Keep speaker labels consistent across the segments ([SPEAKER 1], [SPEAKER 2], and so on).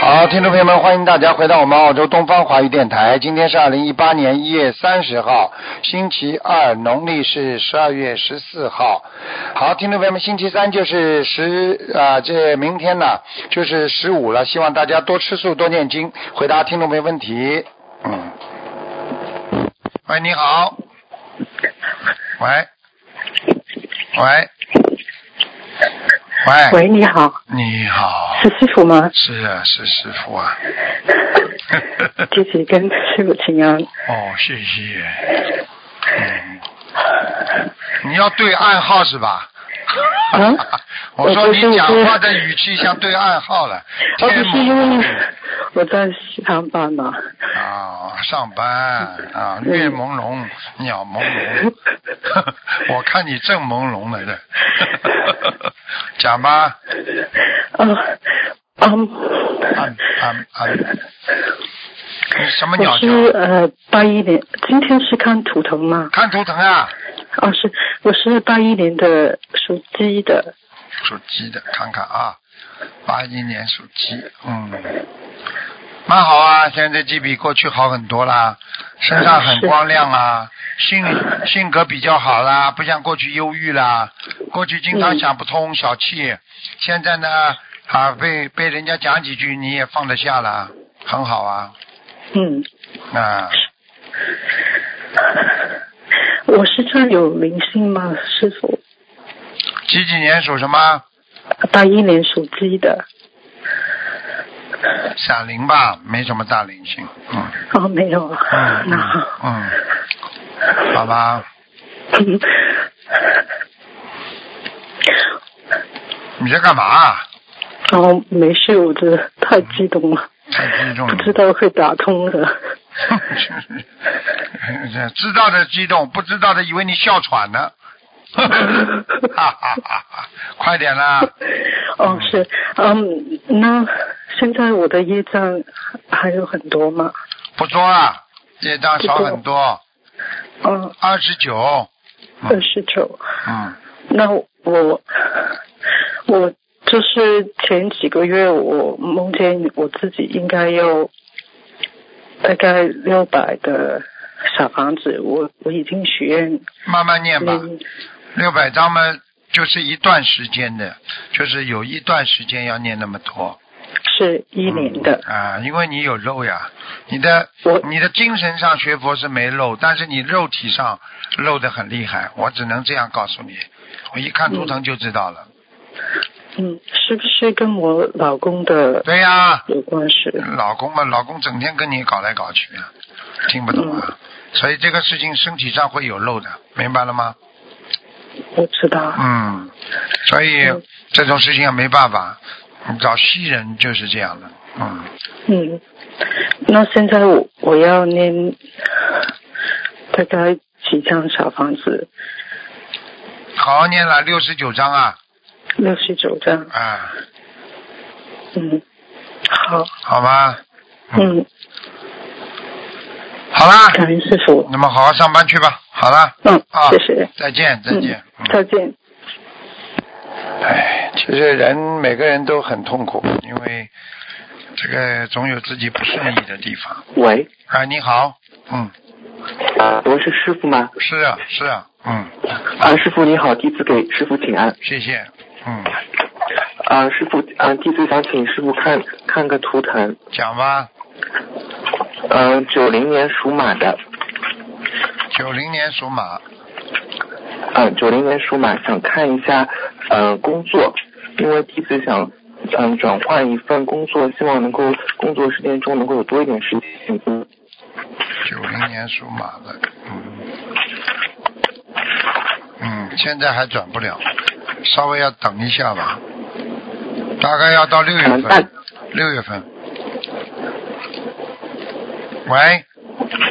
[SPEAKER 1] 好，听众朋友们，欢迎大家回到我们澳洲东方华语电台。今天是二零一八年一月三十号，星期二，农历是十二月十四号。好，听众朋友们，星期三就是十啊、这明天呢就是十五了，希望大家多吃素，多念经，回答听众朋友问题。嗯，喂，你好，喂，喂，喂，
[SPEAKER 2] 喂，你好，
[SPEAKER 1] 你好，
[SPEAKER 2] 是师傅 吗？
[SPEAKER 1] 是啊，是师傅啊。
[SPEAKER 2] 弟子跟师傅请安。
[SPEAKER 1] 哦，谢谢。嗯，你要对暗号是吧？
[SPEAKER 2] 啊
[SPEAKER 1] 我说你讲
[SPEAKER 2] 我不是我
[SPEAKER 1] 话
[SPEAKER 2] 不
[SPEAKER 1] 的语气像对暗号了。
[SPEAKER 2] 哦，
[SPEAKER 1] 天
[SPEAKER 2] 不是
[SPEAKER 1] 猛
[SPEAKER 2] 因为我在上班嘛。
[SPEAKER 1] 啊，上班
[SPEAKER 2] 嗯
[SPEAKER 1] 啊，月朦胧，鸟朦胧。 我看你正朦胧了这。 讲吧，
[SPEAKER 2] 啊，嗯，
[SPEAKER 1] 暗暗暗。你嗯什么
[SPEAKER 2] 我
[SPEAKER 1] 鸟叫？
[SPEAKER 2] 是呃八一年，今天是看图腾吗？
[SPEAKER 1] 看图腾啊，
[SPEAKER 2] 哦，是，我是八一年的属鸡的。
[SPEAKER 1] 属鸡的，看看啊，八一年属鸡，嗯，蛮好啊，现在鸡比过去好很多啦，身上很光亮啊，性性格比较好啦，不像过去忧郁啦，过去经常想不通、小气，现在呢啊被被人家讲几句你也放得下啦，很好啊，
[SPEAKER 2] 嗯，
[SPEAKER 1] 啊，
[SPEAKER 2] 我是这有灵性吗，师傅？
[SPEAKER 1] 几几年属什么？
[SPEAKER 2] 八一年属鸡的。
[SPEAKER 1] 闪灵吧，没什么大灵性，嗯
[SPEAKER 2] 哦，没有啊。
[SPEAKER 1] 嗯
[SPEAKER 2] 那好。
[SPEAKER 1] 嗯，嗯好吧。
[SPEAKER 2] 嗯
[SPEAKER 1] 你在干嘛？
[SPEAKER 2] 哦，没事，我这太激动了，
[SPEAKER 1] 太激动了
[SPEAKER 2] 不，知道会打通的。
[SPEAKER 1] 哎知道的激动，不知道的以为你哮喘呢。 哈哈哈哈！快点啦！
[SPEAKER 2] 哦，是，嗯，那现在我的业障还有很多吗？
[SPEAKER 1] 不多啊，业障少很多，
[SPEAKER 2] 嗯，
[SPEAKER 1] 二十九。
[SPEAKER 2] 二十九。
[SPEAKER 1] 嗯，
[SPEAKER 2] 那我我就是前几个月我梦见我自己应该要大概六百的小房子，我我已经许愿，
[SPEAKER 1] 慢慢念吧。
[SPEAKER 2] 嗯
[SPEAKER 1] 六百章嘛，就是一段时间的，就是有一段时间要念那么多。
[SPEAKER 2] 是一年的。
[SPEAKER 1] 啊，因为你有肉呀，你的
[SPEAKER 2] 我
[SPEAKER 1] 你的精神上学佛是没漏，但是你肉体上漏得很厉害，我只能这样告诉你，我一看图腾就知道了。
[SPEAKER 2] 嗯，是不是跟我老公的
[SPEAKER 1] 对呀，
[SPEAKER 2] 有关系？
[SPEAKER 1] 老公嘛，老公整天跟你搞来搞去啊，听不懂
[SPEAKER 2] 嗯
[SPEAKER 1] 啊，所以这个事情身体上会有漏的，明白了吗？
[SPEAKER 2] 我知道。
[SPEAKER 1] 嗯，所以
[SPEAKER 2] 嗯
[SPEAKER 1] 这种事情也没办法，你找西人就是这样的，嗯，
[SPEAKER 2] 嗯，那现在我我要念大概几张小房子？
[SPEAKER 1] 好好念了六十九章啊，
[SPEAKER 2] 六十九张。
[SPEAKER 1] 啊，
[SPEAKER 2] 嗯，好，
[SPEAKER 1] 好吗？
[SPEAKER 2] 嗯，
[SPEAKER 1] 好啦。
[SPEAKER 2] 感恩师傅。
[SPEAKER 1] 那么好好上班去吧。好了，
[SPEAKER 2] 嗯
[SPEAKER 1] 啊，
[SPEAKER 2] 谢谢。
[SPEAKER 1] 再见，再见。
[SPEAKER 2] 嗯，再见。
[SPEAKER 1] 哎，其实人每个人都很痛苦，因为这个总有自己不顺意的地方。
[SPEAKER 3] 喂，
[SPEAKER 1] 啊，你好，嗯，
[SPEAKER 3] 啊，我是师傅吗？
[SPEAKER 1] 是啊，是啊，嗯，
[SPEAKER 3] 啊，师傅你好，弟子给师傅请安。
[SPEAKER 1] 谢谢，嗯，
[SPEAKER 3] 啊，师傅，啊，弟子想请师傅看看个图腾。
[SPEAKER 1] 讲吧。
[SPEAKER 3] 嗯、九零年属马的，
[SPEAKER 1] 九零年属马，
[SPEAKER 3] 嗯、九零年属马，想看一下，嗯、工作，因为弟子想，嗯、转换一份工作，希望能够工作时间中能够有多一点时间。嗯，
[SPEAKER 1] 九零年属马的，嗯，嗯，现在还转不了，稍微要等一下吧，大概要到六
[SPEAKER 3] 可
[SPEAKER 1] 月
[SPEAKER 3] 能大
[SPEAKER 1] 份，，六月份。喂，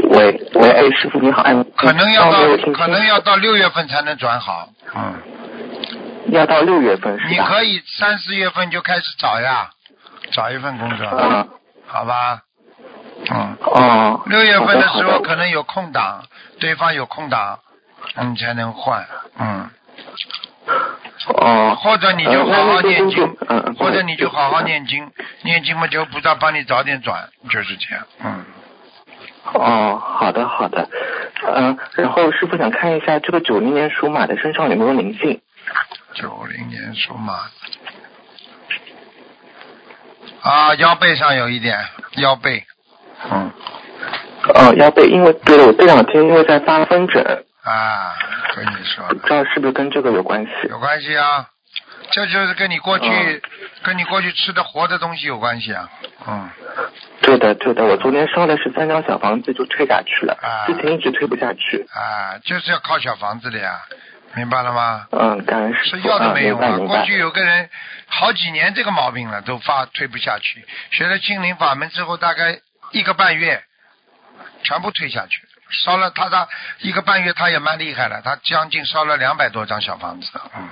[SPEAKER 3] 喂喂，哎，师傅你好，哎，
[SPEAKER 1] 可能要
[SPEAKER 3] 刚刚没有
[SPEAKER 1] 到
[SPEAKER 3] 听清
[SPEAKER 1] 可能要到六月份才能转好。嗯，
[SPEAKER 3] 要到六月份是
[SPEAKER 1] 你
[SPEAKER 3] 吧？
[SPEAKER 1] 可以三四月份就开始找呀，找一份工作，
[SPEAKER 3] 嗯，
[SPEAKER 1] 好吧？嗯，
[SPEAKER 3] 哦，
[SPEAKER 1] 六月份的时
[SPEAKER 3] 好
[SPEAKER 1] 候
[SPEAKER 3] 的
[SPEAKER 1] 可能有空档，对方有空档，你才能换。嗯，
[SPEAKER 3] 哦，
[SPEAKER 1] 或者你就好好念经
[SPEAKER 3] 嗯嗯嗯，
[SPEAKER 1] 或者你就好好念经，念经嘛，求菩萨帮你早点转，就是这样。嗯，
[SPEAKER 3] 哦，好的好的，嗯，然后师傅想看一下这个九零年属马的身上有没有灵性？
[SPEAKER 1] 九零年属马。啊，腰背上有一点，腰背。嗯。
[SPEAKER 3] 呃，腰背，因为对了，我这两天因为在发风疹，
[SPEAKER 1] 啊，跟你说
[SPEAKER 3] 不
[SPEAKER 1] 的
[SPEAKER 3] 知道是不是跟这个有关系？
[SPEAKER 1] 有关系啊，这就是跟你过去、跟你过去吃的活的东西有关系啊。嗯，
[SPEAKER 3] 对的对的，我昨天烧了十三张小房子就退下去了
[SPEAKER 1] 啊，
[SPEAKER 3] 之前一直退不下去。
[SPEAKER 1] 啊，就是要靠小房子的呀，明白了吗？
[SPEAKER 3] 嗯，感恩师
[SPEAKER 1] 吃
[SPEAKER 3] 傅
[SPEAKER 1] 药都
[SPEAKER 3] 啊，
[SPEAKER 1] 没
[SPEAKER 3] 明
[SPEAKER 1] 用
[SPEAKER 3] 白
[SPEAKER 1] 啊！
[SPEAKER 3] 明
[SPEAKER 1] 过
[SPEAKER 3] 白。
[SPEAKER 1] 去有个人好几年这个毛病了，都发退不下去。学了心灵法门之后，大概一个半月，全部退下去。烧了他他一个半月，他也蛮厉害了，他将近烧了两百多张小房子。嗯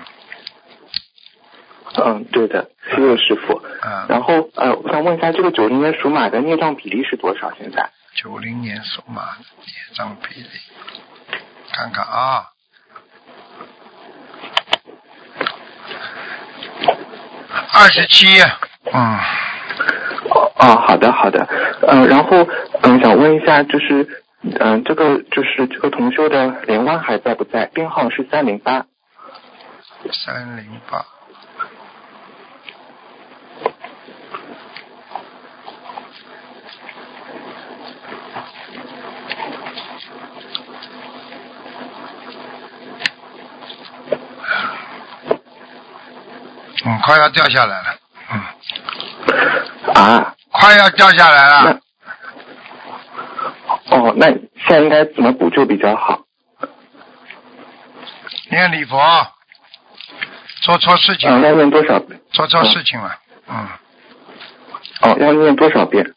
[SPEAKER 3] 嗯，对的，谢谢师傅。
[SPEAKER 1] 嗯，
[SPEAKER 3] 然后呃，我想问一下，这个九零年属马的孽障比例是多少？现在？
[SPEAKER 1] 九零年属马的业障比例，看看啊。二十七，嗯，
[SPEAKER 3] 哦哦，好的好的，嗯，然后嗯，想问一下，就是嗯，这个就是这个同修的莲花还在不在？编号是三零八。
[SPEAKER 1] 三零八，嗯，快要掉下来了，嗯，
[SPEAKER 3] 啊，
[SPEAKER 1] 快要掉下来
[SPEAKER 3] 那
[SPEAKER 1] 了。
[SPEAKER 3] 哦，那现在应该怎么补救比较好？
[SPEAKER 1] 念礼佛，做错事情
[SPEAKER 3] 嗯，
[SPEAKER 1] 了，
[SPEAKER 3] 要念多少？
[SPEAKER 1] 做错事情了，嗯，
[SPEAKER 3] 哦，要念多少遍？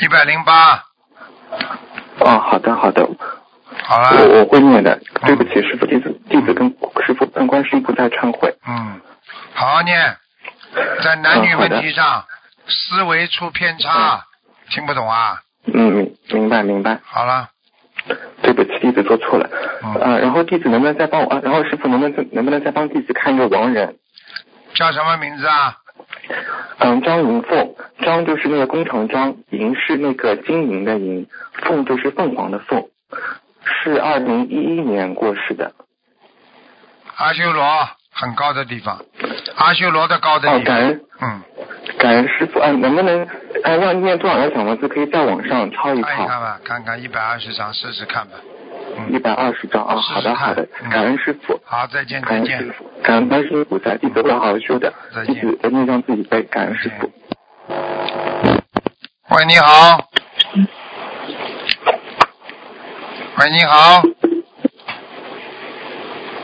[SPEAKER 1] 一百零八，
[SPEAKER 3] 哦，好的好的，
[SPEAKER 1] 好了，
[SPEAKER 3] 我我会念的。对不起，师傅，弟子弟子跟师傅跟观世音菩萨忏悔。
[SPEAKER 1] 嗯，好好念，在男女
[SPEAKER 3] 嗯好的
[SPEAKER 1] 问题上、思维出偏差，听不懂啊？
[SPEAKER 3] 嗯，明明白明白。
[SPEAKER 1] 好了，
[SPEAKER 3] 对不起，弟子做错了。
[SPEAKER 1] 嗯
[SPEAKER 3] 呃，然后弟子能不能再帮我？啊、然后师傅能不能再能不能再帮弟子看一个亡人？
[SPEAKER 1] 叫什么名字啊？
[SPEAKER 3] 嗯，张银凤，张就是那个工程张，银是那个金银的银，凤就是凤凰的凤，是二零一一年过世的。
[SPEAKER 1] 阿修罗很高的地方，阿修罗的高的
[SPEAKER 3] 哦，
[SPEAKER 1] 地
[SPEAKER 3] 感
[SPEAKER 1] 方，
[SPEAKER 3] 恩
[SPEAKER 1] 嗯，
[SPEAKER 3] 感恩师傅，嗯、能不能哎要念多少个小房子可以再往上抄一
[SPEAKER 1] 看一
[SPEAKER 3] 抄？
[SPEAKER 1] 看吧，看看一百二十张试试看吧，
[SPEAKER 3] 一
[SPEAKER 1] 嗯，
[SPEAKER 3] 百二十张啊，
[SPEAKER 1] 试试
[SPEAKER 3] 好的
[SPEAKER 1] 看
[SPEAKER 3] 好的，
[SPEAKER 1] 嗯
[SPEAKER 3] 感恩师傅，
[SPEAKER 1] 好，再见
[SPEAKER 3] 感
[SPEAKER 1] 再
[SPEAKER 3] 恩
[SPEAKER 1] 见
[SPEAKER 3] 师。傅，感恩观世音菩萨，弟子会好好修的，
[SPEAKER 1] 再
[SPEAKER 3] 弟
[SPEAKER 1] 见
[SPEAKER 3] 子的孽障自己背，感恩师傅。
[SPEAKER 1] 喂，你好。
[SPEAKER 3] 嗯
[SPEAKER 1] 喂，你好，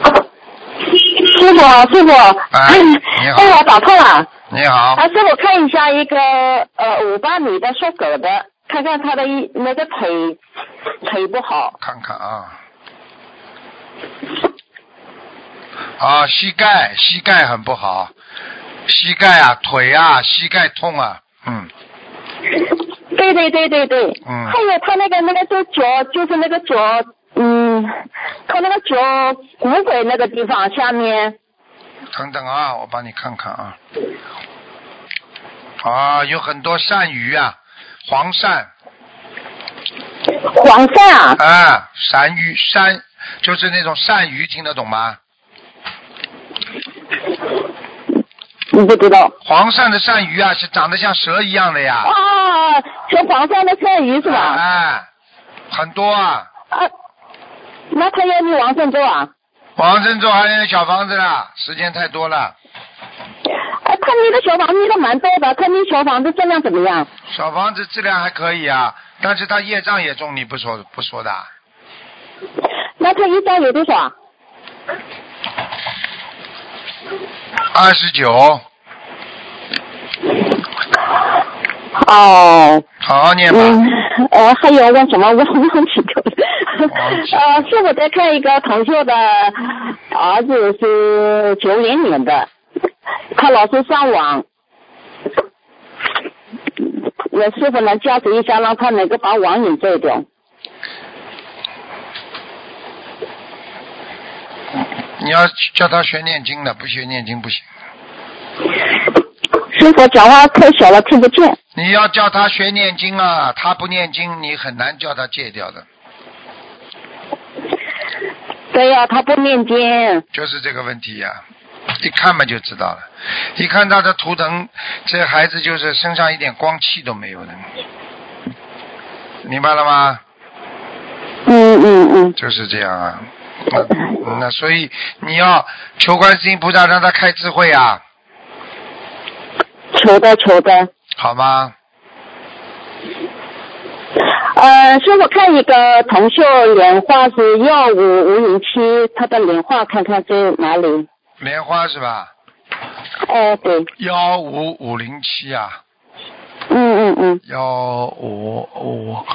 [SPEAKER 4] 师傅，师傅，
[SPEAKER 1] 哎你好
[SPEAKER 4] 哎，我打通了。
[SPEAKER 1] 你好，
[SPEAKER 4] 啊，师傅看一下一个呃五八米的属狗的，看看他的一那个腿腿不好，
[SPEAKER 1] 看看啊。啊，膝盖，膝盖很不好，膝盖啊，腿啊，膝盖痛啊，嗯，
[SPEAKER 4] 对对对对对，
[SPEAKER 1] 嗯
[SPEAKER 4] 还有他那个那个就脚就是那个脚嗯，他那个脚骨髓那个地方下面，
[SPEAKER 1] 等等啊，我帮你看看啊。啊，有很多鳝鱼啊，黄鳝，
[SPEAKER 4] 黄鳝啊，
[SPEAKER 1] 啊，鳝鱼鳝，就是那种鳝鱼，听得懂吗？
[SPEAKER 4] 你不知道。
[SPEAKER 1] 黄鳝的鳝鱼啊，是长得像蛇一样的呀。
[SPEAKER 4] 啊，是黄鳝的鳝鱼是吧？
[SPEAKER 1] 哎，很多啊，
[SPEAKER 4] 啊，那他要你王振州啊？
[SPEAKER 1] 王振州还有小房子啦，时间太多了。
[SPEAKER 4] 啊，他那个小房子蛮多的，看那小房子质量怎么样？
[SPEAKER 1] 小房子质量还可以啊，但是他业障也重，你不说不说的啊，
[SPEAKER 4] 那他一张有多少？
[SPEAKER 1] 二十九，
[SPEAKER 4] 哦，
[SPEAKER 1] 好好念吧。
[SPEAKER 4] 嗯，呃，还有问什么？我忘记掉了
[SPEAKER 1] 忘记。
[SPEAKER 4] 呃，是我在看一个同学的儿子是九零年的，他老是上网。我是否能加持一下，让他能够把网瘾戒掉？
[SPEAKER 1] 你要叫他学念经的，不学念经不行。
[SPEAKER 5] 师傅讲话太小了，听不见。
[SPEAKER 1] 你要叫他学念经啊，他不念经，你很难叫他戒掉的，
[SPEAKER 5] 对呀、他不念经。
[SPEAKER 1] 就是这个问题呀、一看嘛就知道了，一看他的图腾，这孩子就是身上一点光气都没有的，明白了吗？
[SPEAKER 5] 嗯嗯嗯。
[SPEAKER 1] 就是这样啊。嗯那所以你要求观世音菩萨让他开智慧啊，
[SPEAKER 5] 求的求的。
[SPEAKER 1] 好吗？
[SPEAKER 5] 呃，师傅看一个同秀莲花是幺五五零七，他的莲花看看在哪里？
[SPEAKER 1] 莲花是吧？
[SPEAKER 5] 哎，对，
[SPEAKER 1] 幺五五零七啊，
[SPEAKER 5] 嗯嗯嗯，
[SPEAKER 1] 幺五五，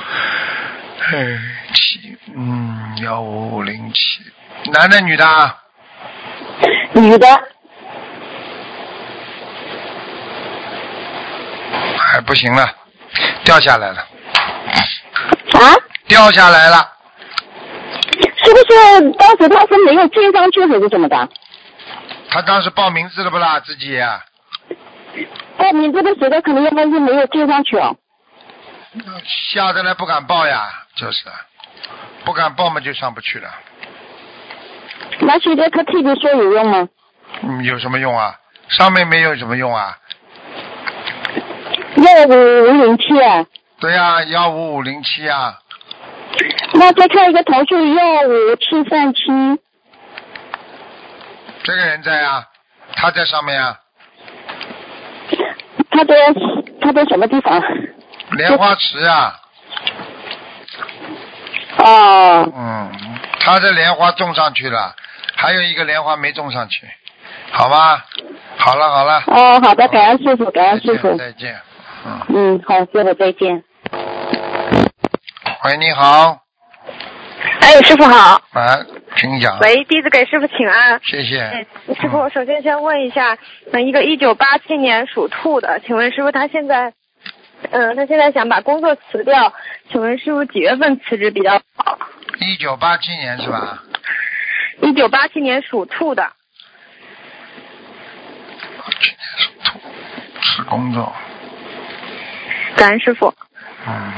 [SPEAKER 1] 哎七，嗯，幺五五零七，男的女的啊？
[SPEAKER 5] 女的，
[SPEAKER 1] 哎，不行了，掉下来了，
[SPEAKER 5] 啊，
[SPEAKER 1] 掉下来了。
[SPEAKER 5] 是不是当时他是没有接上去还是怎么的？
[SPEAKER 1] 他当时报名字了不啦？自己、啊
[SPEAKER 5] 哎，你这个写的可能应该是没有接上去哦。
[SPEAKER 1] 下得来不敢报呀，就是，啊不敢报嘛就上不去了，
[SPEAKER 5] 那现在他替你说有用吗？
[SPEAKER 1] 嗯，有什么用啊？上面没有什么用啊？
[SPEAKER 5] 幺五五零七啊，
[SPEAKER 1] 对呀、幺五五零七啊，
[SPEAKER 5] 那再看一个同秀幺五七三七。
[SPEAKER 1] 这个人在啊，他在上面啊，
[SPEAKER 5] 他在他在什么地方？
[SPEAKER 1] 莲花池啊，
[SPEAKER 5] 哦，
[SPEAKER 1] 嗯，他的莲花种上去了，还有一个莲花没种上去，好吧？好了好了，
[SPEAKER 5] 哦，好的，感恩师傅，感
[SPEAKER 1] 再
[SPEAKER 5] 恩师
[SPEAKER 1] 见
[SPEAKER 5] 傅。
[SPEAKER 1] 再见，嗯，
[SPEAKER 5] 嗯，好，师傅再见。
[SPEAKER 1] 喂，你好，
[SPEAKER 6] 哎，师傅好。
[SPEAKER 1] 啊，请讲，
[SPEAKER 6] 喂，弟子给师傅请安。
[SPEAKER 1] 谢嗯谢，
[SPEAKER 6] 师傅，我首先先问一下，嗯，一个一九八七年属兔的，请问师傅他现在，嗯、他现在想把工作辞掉，请问师傅几月份辞职比较好？
[SPEAKER 1] 一九八七年是吧？
[SPEAKER 6] 一九八七年属兔的，
[SPEAKER 1] 去年属兔，是工作，
[SPEAKER 6] 感恩师傅。
[SPEAKER 1] 嗯，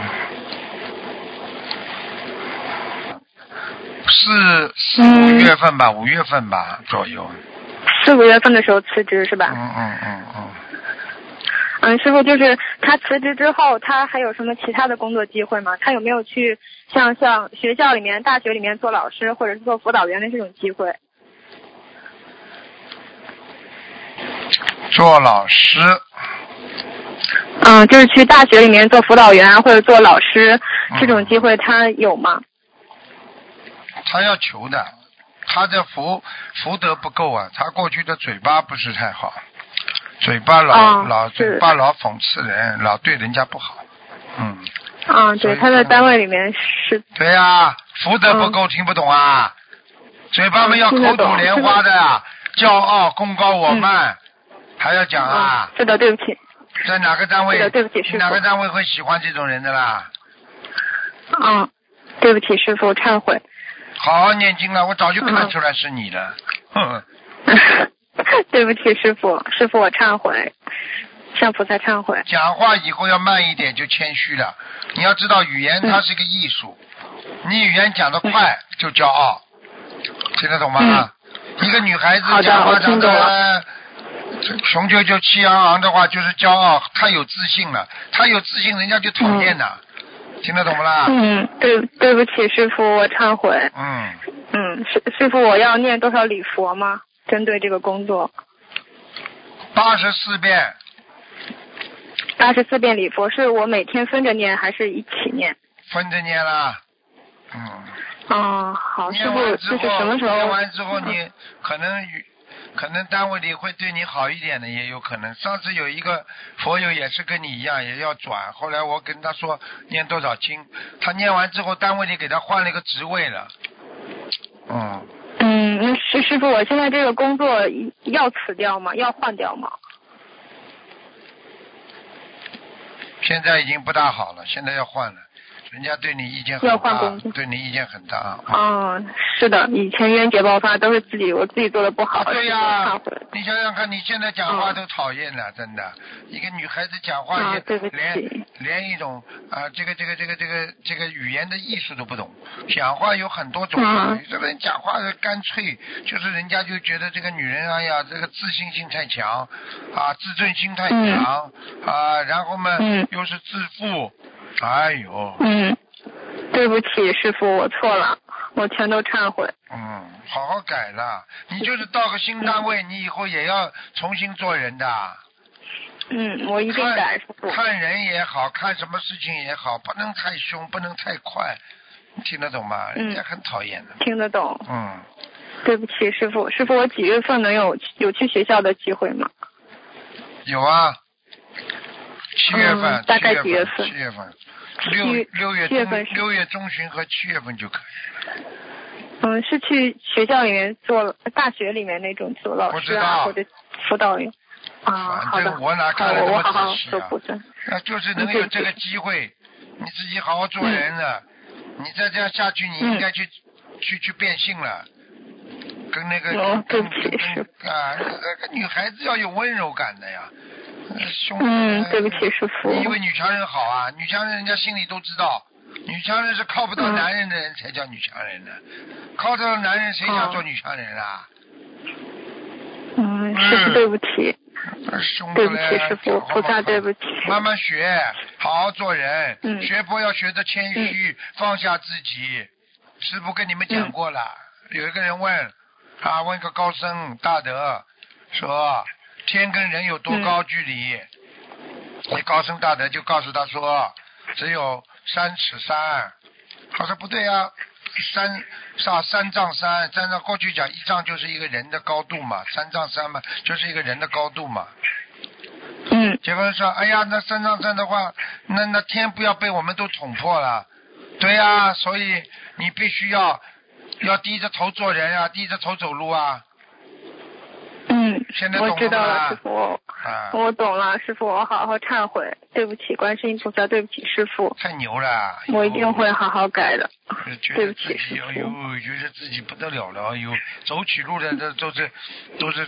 [SPEAKER 1] 是四五月份吧，五月份吧左右，
[SPEAKER 6] 四五月份的时候辞职是吧？
[SPEAKER 1] 嗯嗯嗯嗯，
[SPEAKER 6] 嗯，师傅，就是他辞职之后，他还有什么其他的工作机会吗？他有没有去像像学校里面、大学里面做老师，或者是做辅导员的这种机会？
[SPEAKER 1] 做老师，
[SPEAKER 6] 嗯，就是去大学里面做辅导员啊或者做老师这
[SPEAKER 1] 哦
[SPEAKER 6] 种机会，他有吗？
[SPEAKER 1] 他要求的，他的福福德不够啊，他过去的嘴巴不是太好，嘴巴老、
[SPEAKER 6] 啊
[SPEAKER 1] 老
[SPEAKER 6] 是
[SPEAKER 1] 嘴巴老讽刺人，老对人家不好，嗯，
[SPEAKER 6] 嗯，
[SPEAKER 1] 所以
[SPEAKER 6] 对，他在单位里面是，
[SPEAKER 1] 对呀、福德不
[SPEAKER 6] 嗯
[SPEAKER 1] 够，听不懂啊！嘴巴们要口吐莲花的，啊骄傲、功高我慢，还要讲啊
[SPEAKER 6] 嗯，！是的，对不起，
[SPEAKER 1] 在哪个单位
[SPEAKER 6] 嗯是的对不起师？傅
[SPEAKER 1] 哪个单位会喜欢这种人的啦？
[SPEAKER 6] 嗯，对不起，师傅，忏悔。
[SPEAKER 1] 好好念经了，我早就
[SPEAKER 6] 嗯
[SPEAKER 1] 看出来是你的。哼，
[SPEAKER 6] 对不起，师傅，师傅，我忏悔，向菩萨忏悔。
[SPEAKER 1] 讲话以后要慢一点，就谦虚了。你要知道，语言它是个艺术，你语言讲得快就骄傲，听得懂吗？一个女孩子
[SPEAKER 6] 嗯好的
[SPEAKER 1] 讲话
[SPEAKER 6] 我
[SPEAKER 1] 讲
[SPEAKER 6] 听懂了
[SPEAKER 1] 得呃雄赳赳气昂昂的话，就是骄傲，太有自信了，太有自信，人家就讨厌了，听得懂不啦？
[SPEAKER 6] 嗯，对，对不起，师傅，我忏悔。
[SPEAKER 1] 嗯，
[SPEAKER 6] 嗯，师师傅，我要念多少礼佛吗？针对这个工作，
[SPEAKER 1] 八十四遍，
[SPEAKER 6] 八十四遍礼佛是我每天分着念，还是一起念？
[SPEAKER 1] 分着念啦。嗯。
[SPEAKER 6] 哦，好，师
[SPEAKER 1] 念
[SPEAKER 6] 傅，
[SPEAKER 1] 完之
[SPEAKER 6] 就
[SPEAKER 1] 后，
[SPEAKER 6] 是什么时候？
[SPEAKER 1] 念完之后你可能与可能单位里会对你好一点的，也有可能。上次有一个佛友也是跟你一样，也要转，后来我跟他说念多少经，他念完之后，单位里给他换了一个职位了。嗯，
[SPEAKER 6] 嗯，那师师傅，我现在这个工作要辞掉吗？要换掉
[SPEAKER 1] 啊
[SPEAKER 6] 吗？
[SPEAKER 1] 现在已经不大好了，现在要换了。人家对你意见很
[SPEAKER 6] 要换
[SPEAKER 1] 大
[SPEAKER 6] 工作，
[SPEAKER 1] 对你意见很大啊。
[SPEAKER 6] 哦，是的，以前冤结爆发都是自己，我自己做的不好，
[SPEAKER 1] 啊对呀、
[SPEAKER 6] 呀、
[SPEAKER 1] 你想想看，你现在讲话都讨厌了，真的。一个女孩子讲话
[SPEAKER 6] 啊
[SPEAKER 1] 也、
[SPEAKER 6] 对不起
[SPEAKER 1] 连连一种啊、这个这个这个这个这个语言的艺术都不懂。讲话有很多种，
[SPEAKER 6] 嗯
[SPEAKER 1] 有的人讲话干脆就是人家就觉得这个女人哎呀，这个自信心太强啊，自尊心太强、啊，然后嘛、
[SPEAKER 6] 嗯
[SPEAKER 1] 又是自负，哎呦，
[SPEAKER 6] 嗯，对不起，师傅，我错了，我全都忏悔。
[SPEAKER 1] 嗯，好好改了。你就是到个新单位，你以后也要重新做人的。
[SPEAKER 6] 嗯，我一定
[SPEAKER 1] 看
[SPEAKER 6] 改，师傅。
[SPEAKER 1] 看人也好看，什么事情也好，不能太凶，不能太快，你听得懂吗？
[SPEAKER 6] 嗯
[SPEAKER 1] 人家很讨厌的。
[SPEAKER 6] 听得懂，
[SPEAKER 1] 嗯，
[SPEAKER 6] 对不起，师傅，师傅，我几月份能有有去学校的机会吗？
[SPEAKER 1] 有啊，七月份，
[SPEAKER 6] 嗯大概几月份
[SPEAKER 1] 七月份，
[SPEAKER 6] 七
[SPEAKER 1] 六六月
[SPEAKER 6] 七月份
[SPEAKER 1] 中
[SPEAKER 6] 是
[SPEAKER 1] 六月中旬和七月份就可以。
[SPEAKER 6] 嗯，是去学校里面做大学里面那种做老
[SPEAKER 1] 不
[SPEAKER 6] 师
[SPEAKER 1] 知
[SPEAKER 6] 啊，
[SPEAKER 1] 道
[SPEAKER 6] 或者辅导员啊，好
[SPEAKER 1] 反
[SPEAKER 6] 的，
[SPEAKER 1] 正我哪
[SPEAKER 6] 好
[SPEAKER 1] 看得
[SPEAKER 6] 的，
[SPEAKER 1] 那
[SPEAKER 6] 我
[SPEAKER 1] 么
[SPEAKER 6] 好好
[SPEAKER 1] 仔细
[SPEAKER 6] 做
[SPEAKER 1] 啊
[SPEAKER 6] 补正。
[SPEAKER 1] 那就是
[SPEAKER 6] 嗯
[SPEAKER 1] 能有这个机会，你自己好好做人了。
[SPEAKER 6] 嗯
[SPEAKER 1] 你再这样下去，你应该去、去去变性了。跟那个、
[SPEAKER 6] 哦对
[SPEAKER 1] 跟
[SPEAKER 6] 不起
[SPEAKER 1] 跟
[SPEAKER 6] 师
[SPEAKER 1] 啊，那个女孩子要有温柔感的呀，呃胸。
[SPEAKER 6] 嗯，对不
[SPEAKER 1] 呃
[SPEAKER 6] 起，师傅。
[SPEAKER 1] 你以为女强人好啊？女强人人家心里都知道，女强人是靠不到
[SPEAKER 6] 嗯
[SPEAKER 1] 男人的人才叫女强人呢，靠得到男人谁想
[SPEAKER 6] 哦
[SPEAKER 1] 做女强人啊？
[SPEAKER 6] 嗯，师傅，对不起，
[SPEAKER 1] 呃凶
[SPEAKER 6] 对不
[SPEAKER 1] 嘞
[SPEAKER 6] 起，师
[SPEAKER 1] 讲
[SPEAKER 6] 傅，
[SPEAKER 1] 话
[SPEAKER 6] 菩萨
[SPEAKER 1] 嘛
[SPEAKER 6] 对不起。
[SPEAKER 1] 慢慢学，好好做人。
[SPEAKER 6] 嗯
[SPEAKER 1] 学佛要学的谦虚，放下自己。师傅跟你们讲过了，有一个人问，啊，问个高僧大德，说天跟人有多高距离？那、高僧大德就告诉他说，只有三尺三。他说不对啊，三上三丈三，三丈过去讲一丈就是一个人的高度嘛，三丈三嘛就是一个人的高度嘛。
[SPEAKER 6] 嗯
[SPEAKER 1] 结果说，哎呀，那三藏山的话，那那天不要被我们都捅破了。对呀、所以你必须要要低着头做人啊，低着头走路啊，
[SPEAKER 6] 嗯
[SPEAKER 1] 现在，懂
[SPEAKER 6] 我
[SPEAKER 1] 了
[SPEAKER 6] 知道
[SPEAKER 1] 吗
[SPEAKER 6] 了，师傅，
[SPEAKER 1] 啊，
[SPEAKER 6] 我懂了，师傅，我好好忏悔，对不起，观世音菩萨，对不起，师傅，
[SPEAKER 1] 太牛了！
[SPEAKER 6] 我一定会好好改的。
[SPEAKER 1] 哎觉
[SPEAKER 6] 对
[SPEAKER 1] 得
[SPEAKER 6] 不
[SPEAKER 1] 自
[SPEAKER 6] 起
[SPEAKER 1] 己，
[SPEAKER 6] 师
[SPEAKER 1] 哎
[SPEAKER 6] 傅
[SPEAKER 1] 呦，觉得自己不得了了，哎呦，走起路来的都是都是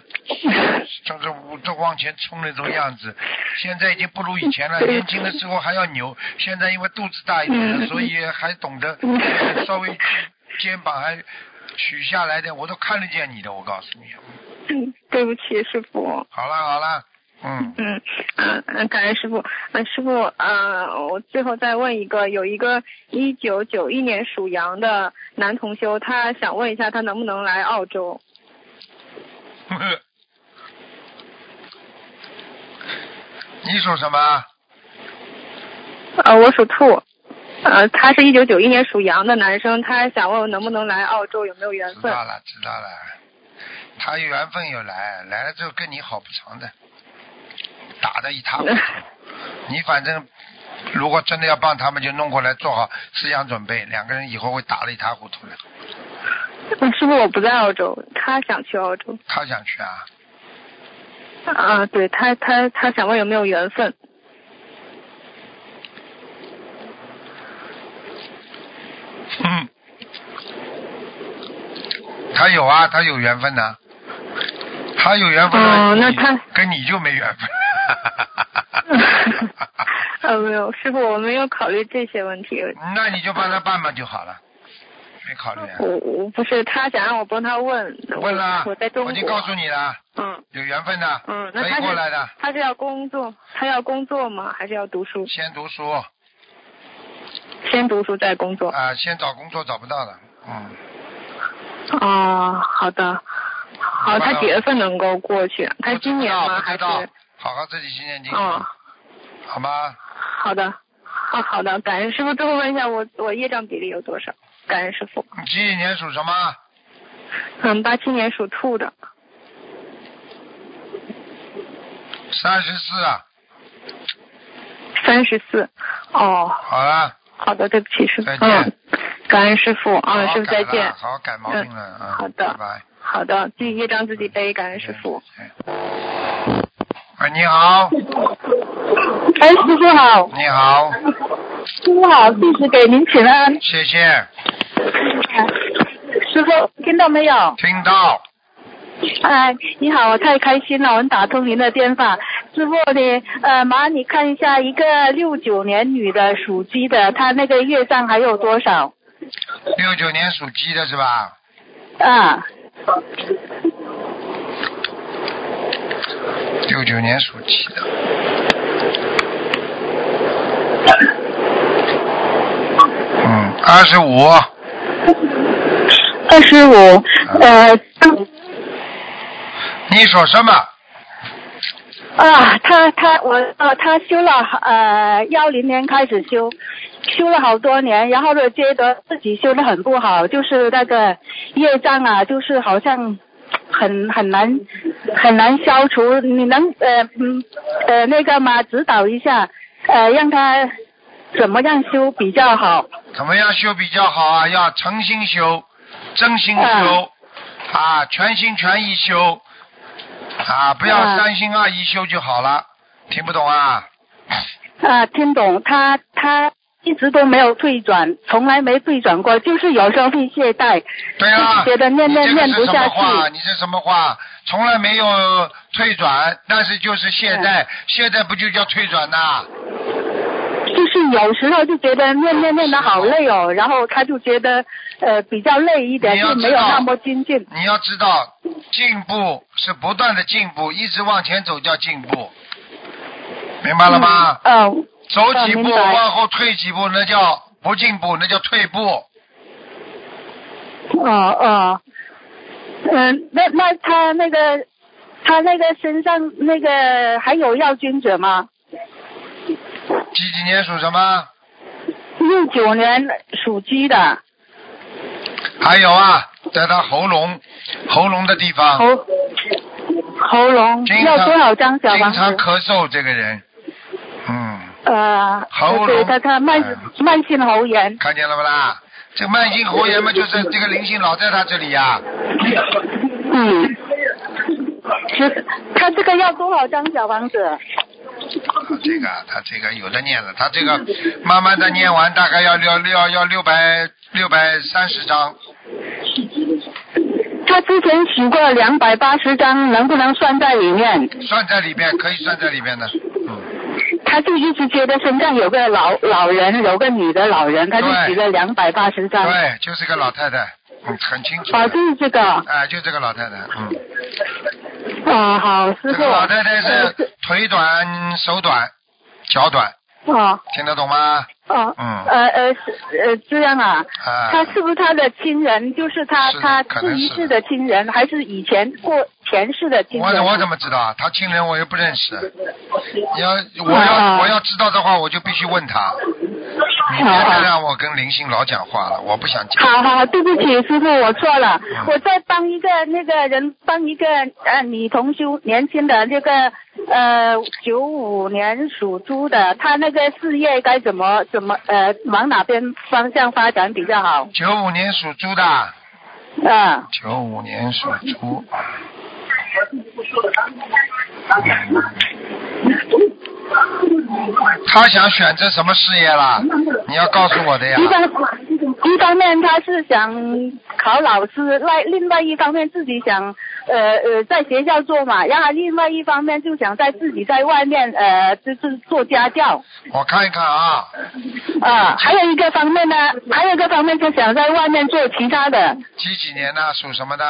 [SPEAKER 1] 都是都往前冲那种样子，现在已经不如以前了。年轻的时候还要牛，现在因为肚子大一点
[SPEAKER 6] 嗯
[SPEAKER 1] 了，所以还懂得呃稍微肩膀还取下来点，我都看得见你的，我告诉你。
[SPEAKER 6] 嗯，对不起，师傅。
[SPEAKER 1] 好了好了， 嗯，
[SPEAKER 6] 嗯嗯嗯，感恩师傅。嗯，师傅，呃，我最后再问一个，有一个一九九一年属羊的男同修，他想问一下，他能不能来澳洲？
[SPEAKER 1] 你属什么？
[SPEAKER 6] 呃，我属兔，呃，他是一九九一年属羊的男生，他想问我能不能来澳洲，有没有缘
[SPEAKER 1] 知
[SPEAKER 6] 分？
[SPEAKER 1] 道了知道了，他有缘分有来，来了之后跟你好不长的，打得一塌糊 涂。你反正如果真的要帮他们，就弄过来做好思想准备，两个人以后会打得一塌糊涂的。
[SPEAKER 6] 嗯师傅，我不在澳洲，他想去澳洲。
[SPEAKER 1] 他想去啊，
[SPEAKER 6] 啊、对他，他他想问有没有缘分？
[SPEAKER 1] 哼，他有啊，他有缘分呐、他有缘分、
[SPEAKER 6] 哦那
[SPEAKER 1] 你
[SPEAKER 6] 他
[SPEAKER 1] 跟你就没缘 分。
[SPEAKER 6] 呃，没有，师傅，我没有考虑这些问题。
[SPEAKER 1] 那你就帮他办办就好了，没考虑、啊。
[SPEAKER 6] 我我不是他想让我帮他问，我
[SPEAKER 1] 问啦，
[SPEAKER 6] 我在中国，
[SPEAKER 1] 已经告诉你了，
[SPEAKER 6] 嗯
[SPEAKER 1] 有缘分的，
[SPEAKER 6] 嗯，那
[SPEAKER 1] 可
[SPEAKER 6] 他
[SPEAKER 1] 以
[SPEAKER 6] 是
[SPEAKER 1] 过来的，
[SPEAKER 6] 他是要工作，他要工作吗？还是要读书？
[SPEAKER 1] 先读书啊、
[SPEAKER 6] 先读书再工作。
[SPEAKER 1] 先找工作找不到的，嗯，
[SPEAKER 6] 哦，好的，好，他几月份能够过去？他今年吗？
[SPEAKER 1] 不
[SPEAKER 6] 还
[SPEAKER 1] 知
[SPEAKER 6] 是？
[SPEAKER 1] 道，不知道好好自己心念经，
[SPEAKER 6] 哦，
[SPEAKER 1] 好吗？
[SPEAKER 6] 好的，啊，好的，感恩师傅。最后问一下，我我业障比例有多少？感恩师傅。
[SPEAKER 1] 你几几年属什么？
[SPEAKER 6] 嗯，八七年属兔的，
[SPEAKER 1] 三十四啊，
[SPEAKER 6] 三十四。哦，
[SPEAKER 1] 好了，
[SPEAKER 6] 好的，对不起，师傅
[SPEAKER 1] 再。见
[SPEAKER 6] 嗯，感恩师傅啊，
[SPEAKER 1] 好好
[SPEAKER 6] 师傅
[SPEAKER 1] 改
[SPEAKER 6] 再
[SPEAKER 1] 了
[SPEAKER 6] 见。
[SPEAKER 1] 好好改毛病了啊、嗯
[SPEAKER 6] 好的
[SPEAKER 1] 拜拜，
[SPEAKER 6] 好的，自己业障自己背，感恩师傅。
[SPEAKER 1] 嗯。啊喂，你好，
[SPEAKER 4] 哎，师傅好，
[SPEAKER 1] 你好，
[SPEAKER 4] 师傅好，弟子给您请安。
[SPEAKER 1] 谢谢，
[SPEAKER 4] 啊师傅听到没有？
[SPEAKER 1] 听到。
[SPEAKER 4] 哎，你好，我太开心了，我打通您的电话。师傅呢？呃，麻烦你看一下一个六九年女的属鸡的，她那个业障还有多少？
[SPEAKER 1] 六九年属鸡的是吧？
[SPEAKER 4] 啊，
[SPEAKER 1] 六九年属鸡的。嗯，二十五，
[SPEAKER 4] 二十五。呃，
[SPEAKER 1] 你属什么？
[SPEAKER 4] 啊，她她我呃，她修了呃幺零年开始修，修了好多年，然后呢，觉得自己修的很不好，就是那个业障啊，就是好像很很难很难消除。你能呃嗯呃那个吗？指导一下，呃，让她怎么样修比较好？
[SPEAKER 1] 怎么样修比较好啊？要诚心修，真心
[SPEAKER 4] 嗯
[SPEAKER 1] 修，啊，全心全意修，啊，不要
[SPEAKER 4] 嗯
[SPEAKER 1] 三心二意修就好了。听不懂啊？
[SPEAKER 4] 啊，听懂，他他一直都没有退转，从来没退转过，就是有时候会懈怠，
[SPEAKER 1] 对啊，
[SPEAKER 4] 自己觉得念念
[SPEAKER 1] 你这个是
[SPEAKER 4] 念不
[SPEAKER 1] 什
[SPEAKER 4] 下
[SPEAKER 1] 么
[SPEAKER 4] 去
[SPEAKER 1] 话？你是什么话？从来没有退转，但是就是现在，
[SPEAKER 4] 嗯
[SPEAKER 1] 现在不就叫退转呐、
[SPEAKER 4] 就是有时候就觉得念念念的好累哦，然后他就觉得呃比较累一点，
[SPEAKER 1] 你要
[SPEAKER 4] 就
[SPEAKER 1] 知
[SPEAKER 4] 没有
[SPEAKER 1] 道
[SPEAKER 4] 那么精进。
[SPEAKER 1] 你要知道，进步是不断的进步，一直往前走叫进步，明白了吗？
[SPEAKER 4] 嗯、哦
[SPEAKER 1] 走几步
[SPEAKER 4] 明白
[SPEAKER 1] 往后退几步，那叫不进步，那叫退步。
[SPEAKER 4] 哦哦，嗯，那那他那个他那个身上那个还有药精者吗？
[SPEAKER 1] 几几年属什么？
[SPEAKER 4] 六九年属鸡的，
[SPEAKER 1] 还有啊，在他喉咙喉咙的地方，
[SPEAKER 4] 喉喉咙
[SPEAKER 1] 经
[SPEAKER 4] 要
[SPEAKER 1] 常
[SPEAKER 4] 多少张小
[SPEAKER 1] 经
[SPEAKER 4] 房
[SPEAKER 1] 常
[SPEAKER 4] 子？
[SPEAKER 1] 咳嗽，这个人，嗯。
[SPEAKER 4] 呃，
[SPEAKER 1] 喉
[SPEAKER 4] 对
[SPEAKER 1] 咙
[SPEAKER 4] 他他慢
[SPEAKER 1] 嗯
[SPEAKER 4] 慢性喉炎，
[SPEAKER 1] 看见了不啦？这慢性喉炎嘛，就是这个灵性老在他这里呀、
[SPEAKER 4] 嗯，是他这个要多少张小房子？
[SPEAKER 1] 啊这个他这个有的念了，他这个慢慢的念完，大概要要要要六百六百三十张，
[SPEAKER 4] 他之前许过两百八十张，能不能算在里面？
[SPEAKER 1] 算在里边，可以算在里边的。嗯，
[SPEAKER 4] 他就一直觉得身上有个老老人，有个女的老人，他就
[SPEAKER 1] 对
[SPEAKER 4] 许了两百八十张。
[SPEAKER 1] 对，就是个老太太，嗯，很清楚的。
[SPEAKER 4] 哦，就是这个。
[SPEAKER 1] 哎，就这个老太太，嗯，
[SPEAKER 4] 哦，好，
[SPEAKER 1] 这
[SPEAKER 4] 师傅
[SPEAKER 1] 个。老太太
[SPEAKER 4] 呃
[SPEAKER 1] 是腿短、手短、脚短，
[SPEAKER 4] 哦
[SPEAKER 1] 听得懂吗？
[SPEAKER 4] 哦。
[SPEAKER 1] 嗯
[SPEAKER 4] 呃呃是呃，这样啊。
[SPEAKER 1] 啊，
[SPEAKER 4] 他是不是他的亲人？就是他
[SPEAKER 1] 是的
[SPEAKER 4] 他
[SPEAKER 1] 可
[SPEAKER 4] 这
[SPEAKER 1] 能
[SPEAKER 4] 一
[SPEAKER 1] 是
[SPEAKER 4] 世的亲人，还是以前过前世的亲
[SPEAKER 1] 我
[SPEAKER 4] 人？
[SPEAKER 1] 我怎么知道啊？他亲人我又不认识，你要我
[SPEAKER 4] 啊
[SPEAKER 1] 要我要知道的话，我就必须问他。你别再让我跟林信老讲话了，我不想讲。
[SPEAKER 4] 好好好，对不起，师傅，我错了。我在帮一个那个人，帮一个呃女同修，年轻的那个呃九五年属猪的，她那个事业该怎么怎么呃往哪边方向发展比较好？
[SPEAKER 1] 九五年属猪的，
[SPEAKER 4] 啊、
[SPEAKER 1] 九五年属猪。他想选择什么事业啦？你要告诉我的呀。
[SPEAKER 4] 一方一方面她是想考老师，外另外一方面自己想呃呃在学校做嘛，然后另外一方面就想在自己在外面呃就是做家教。
[SPEAKER 1] 我看一看啊，
[SPEAKER 4] 啊，还有一个方面呢，还有一个方面他想在外面做其他的。
[SPEAKER 1] 几几年呢？属什么的？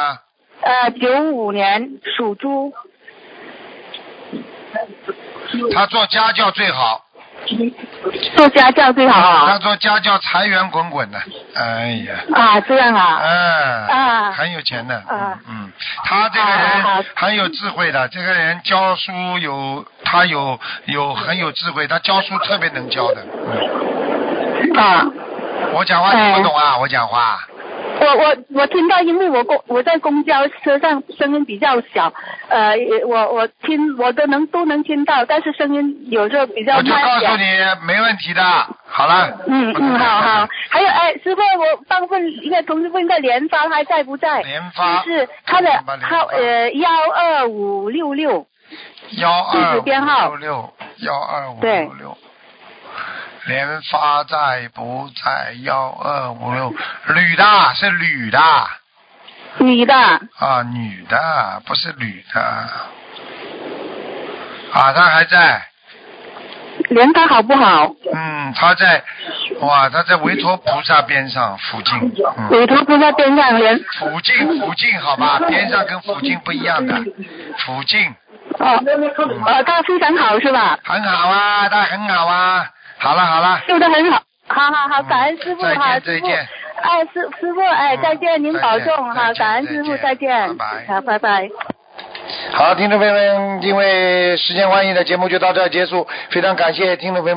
[SPEAKER 4] 呃，九五年属猪，
[SPEAKER 1] 他做家教最好，
[SPEAKER 4] 做家教最好
[SPEAKER 1] 他
[SPEAKER 4] 啊。
[SPEAKER 1] 做家教财源滚滚的。哎呀。
[SPEAKER 4] 啊，这样啊。
[SPEAKER 1] 嗯，
[SPEAKER 4] 啊
[SPEAKER 1] 很有钱的，嗯
[SPEAKER 4] 啊
[SPEAKER 1] 嗯，他这个人
[SPEAKER 4] 啊
[SPEAKER 1] 很有智慧的，这个人教书有他有有很有智慧，他教书特别能教的，嗯，
[SPEAKER 4] 啊，
[SPEAKER 1] 我讲话
[SPEAKER 4] 哎
[SPEAKER 1] 你不懂啊，我讲话，
[SPEAKER 4] 我我我听到，因为我公我在公交车上声音比较小，呃，也我我听我都能都能听到，但是声音有时候比较
[SPEAKER 1] 我就
[SPEAKER 4] 慢
[SPEAKER 1] 告
[SPEAKER 4] 一
[SPEAKER 1] 诉
[SPEAKER 4] 点。
[SPEAKER 1] 你没问题的，好了，
[SPEAKER 4] 嗯
[SPEAKER 1] 不能
[SPEAKER 4] 嗯，好
[SPEAKER 1] 再
[SPEAKER 4] 好。还有哎，师傅，我帮问一个同事问一个莲花还在不在？
[SPEAKER 1] 莲花
[SPEAKER 4] 是他的
[SPEAKER 1] 莲花莲花
[SPEAKER 4] 号呃幺二五六六。
[SPEAKER 1] 幺
[SPEAKER 4] 地
[SPEAKER 1] 二
[SPEAKER 4] 址编号
[SPEAKER 1] 五六六幺二五
[SPEAKER 4] 对
[SPEAKER 1] 六六，连发在不在幺二五六，女的是女的
[SPEAKER 4] 女的，
[SPEAKER 1] 啊，女的不是女的，啊，她还在，
[SPEAKER 4] 连她好不好？
[SPEAKER 1] 嗯，她在，哇，她在维陀菩萨边上附近，嗯。
[SPEAKER 4] 委托菩萨边上连，
[SPEAKER 1] 附近附近好吧，边上跟附近不一样的，附近
[SPEAKER 4] 哦，呃，她非常好是吧？
[SPEAKER 1] 很好啊，他很好啊。好了好了，
[SPEAKER 4] 修的很好，好好好，
[SPEAKER 1] 嗯
[SPEAKER 4] 感恩师傅
[SPEAKER 1] 再见再
[SPEAKER 4] 哈，师傅
[SPEAKER 1] 见，
[SPEAKER 4] 哎，师师傅哎，
[SPEAKER 1] 嗯
[SPEAKER 4] 再见，您
[SPEAKER 1] 再
[SPEAKER 4] 保
[SPEAKER 1] 见
[SPEAKER 4] 重哈，
[SPEAKER 1] 再见
[SPEAKER 4] 感恩师傅
[SPEAKER 1] 再
[SPEAKER 4] 再
[SPEAKER 1] 见
[SPEAKER 4] 见，
[SPEAKER 1] 拜拜
[SPEAKER 4] 好，拜拜。
[SPEAKER 1] 好，听众朋友们，因为时间关系呢，节目就到这儿结束，非常感谢听众朋友们。